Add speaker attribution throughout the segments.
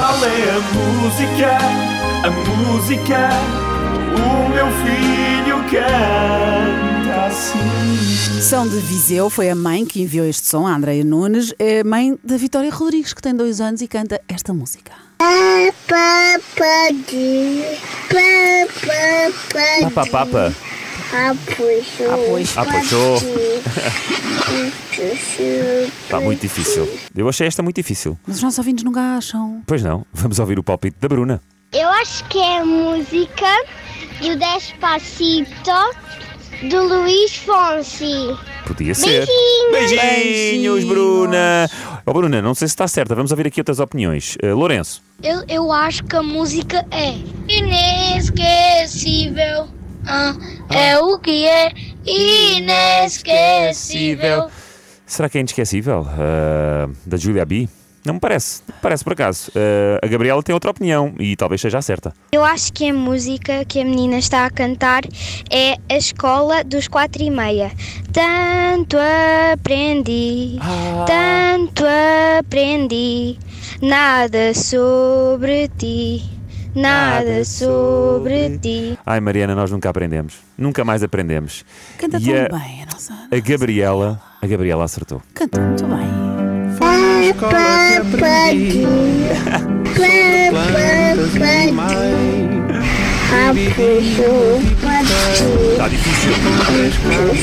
Speaker 1: é a música, a música. O meu filho canta assim.
Speaker 2: São de Viseu, foi a mãe que enviou este som, a Andreia Nunes, é mãe da Vitória Rodrigues, que tem dois anos e canta esta música.
Speaker 3: Papapadinho, papapadinho.
Speaker 4: Papa, papa.
Speaker 3: Apuixou.
Speaker 2: Apuixou.
Speaker 4: Apuixou. Está
Speaker 3: Está
Speaker 4: Tá muito difícil. Eu achei esta muito difícil.
Speaker 2: Mas os nossos ouvintes nunca acham.
Speaker 4: Pois não, vamos ouvir o palpite da Bruna.
Speaker 3: Eu acho que é a música do Despacito do Luís Fonsi.
Speaker 4: Podia ser.
Speaker 3: Beijinhos.
Speaker 4: Beijinhos, Bruna. Oh, Bruna, não sei se está certa. Vamos ouvir aqui outras opiniões. Eh, Lourenço.
Speaker 3: Eu, eu acho que a música é inesquecível. Ah, É o que é inesquecível.
Speaker 4: Será que é inesquecível? Ah, da Julia B? Não me parece. Não me parece, por acaso. Ah, a Gabriela tem outra opinião e talvez seja a certa.
Speaker 3: Eu acho que a música que a menina está a cantar é a escola dos quatro e meia. Tanto aprendi, tanto aprendi, nada sobre ti, nada,
Speaker 4: Nada sobre
Speaker 3: sobre ti.
Speaker 4: Ai, Mariana, nós nunca aprendemos. Nunca mais aprendemos.
Speaker 2: Canta
Speaker 4: E é-
Speaker 2: tão
Speaker 4: a-
Speaker 2: bem a nossa. Ana.
Speaker 4: A Gabriela, a Gabriela acertou.
Speaker 2: Canta muito bem.
Speaker 4: Está difícil.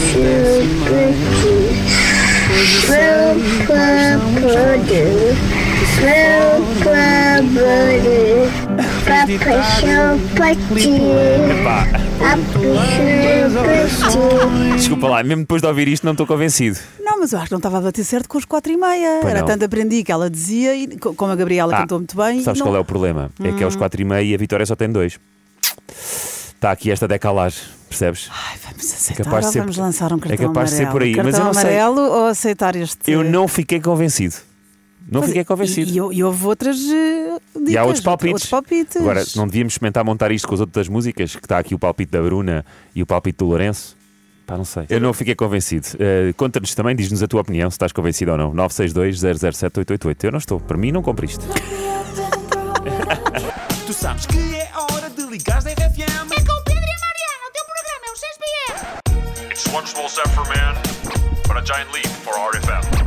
Speaker 4: Pá, desculpa lá, mesmo depois de ouvir isto não estou convencido.
Speaker 2: Não, mas eu acho que não estava a bater certo com os quatro e meia.
Speaker 4: Pois
Speaker 2: Era
Speaker 4: não.
Speaker 2: tanto aprendi que ela dizia, e co- como a Gabriela
Speaker 4: Ah,
Speaker 2: cantou muito bem.
Speaker 4: Sabes
Speaker 2: não- Hum.
Speaker 4: qual é o problema? É que é os 4 e meio e a Vitória só tem dois. Está aqui esta decalagem, percebes?
Speaker 2: Ai, vamos aceitar
Speaker 4: capaz de
Speaker 2: ou
Speaker 4: ser-
Speaker 2: vamos lançar um
Speaker 4: é
Speaker 2: cartão
Speaker 4: capaz
Speaker 2: amarelo?
Speaker 4: de ser por aí, mas eu
Speaker 2: Cartão
Speaker 4: não sei.
Speaker 2: amarelo ou aceitar este...
Speaker 4: Eu não fiquei convencido. Não
Speaker 2: Mas
Speaker 4: fiquei
Speaker 2: é. e-
Speaker 4: convencido.
Speaker 2: E, e houve outras eh, dicas.
Speaker 4: E há outros palpites.
Speaker 2: outros palpites.
Speaker 4: Agora, não devíamos experimentar montar isto com os outros das músicas, que está aqui o palpite da Bruna e o palpite do Lourenço. Pá, não sei. Eu não fiquei convencido. Eh, Conta-nos também, diz-nos a tua opinião, se estás convencido ou não. 962-007-888. Eu não estou. Para mim, não cumpriste.
Speaker 1: Tu sabes que é hora de ligares da RFM.
Speaker 5: É com o Pedro e a Mariana, o teu programa é o 6
Speaker 6: It's one small step for man, but a giant leap for RFM.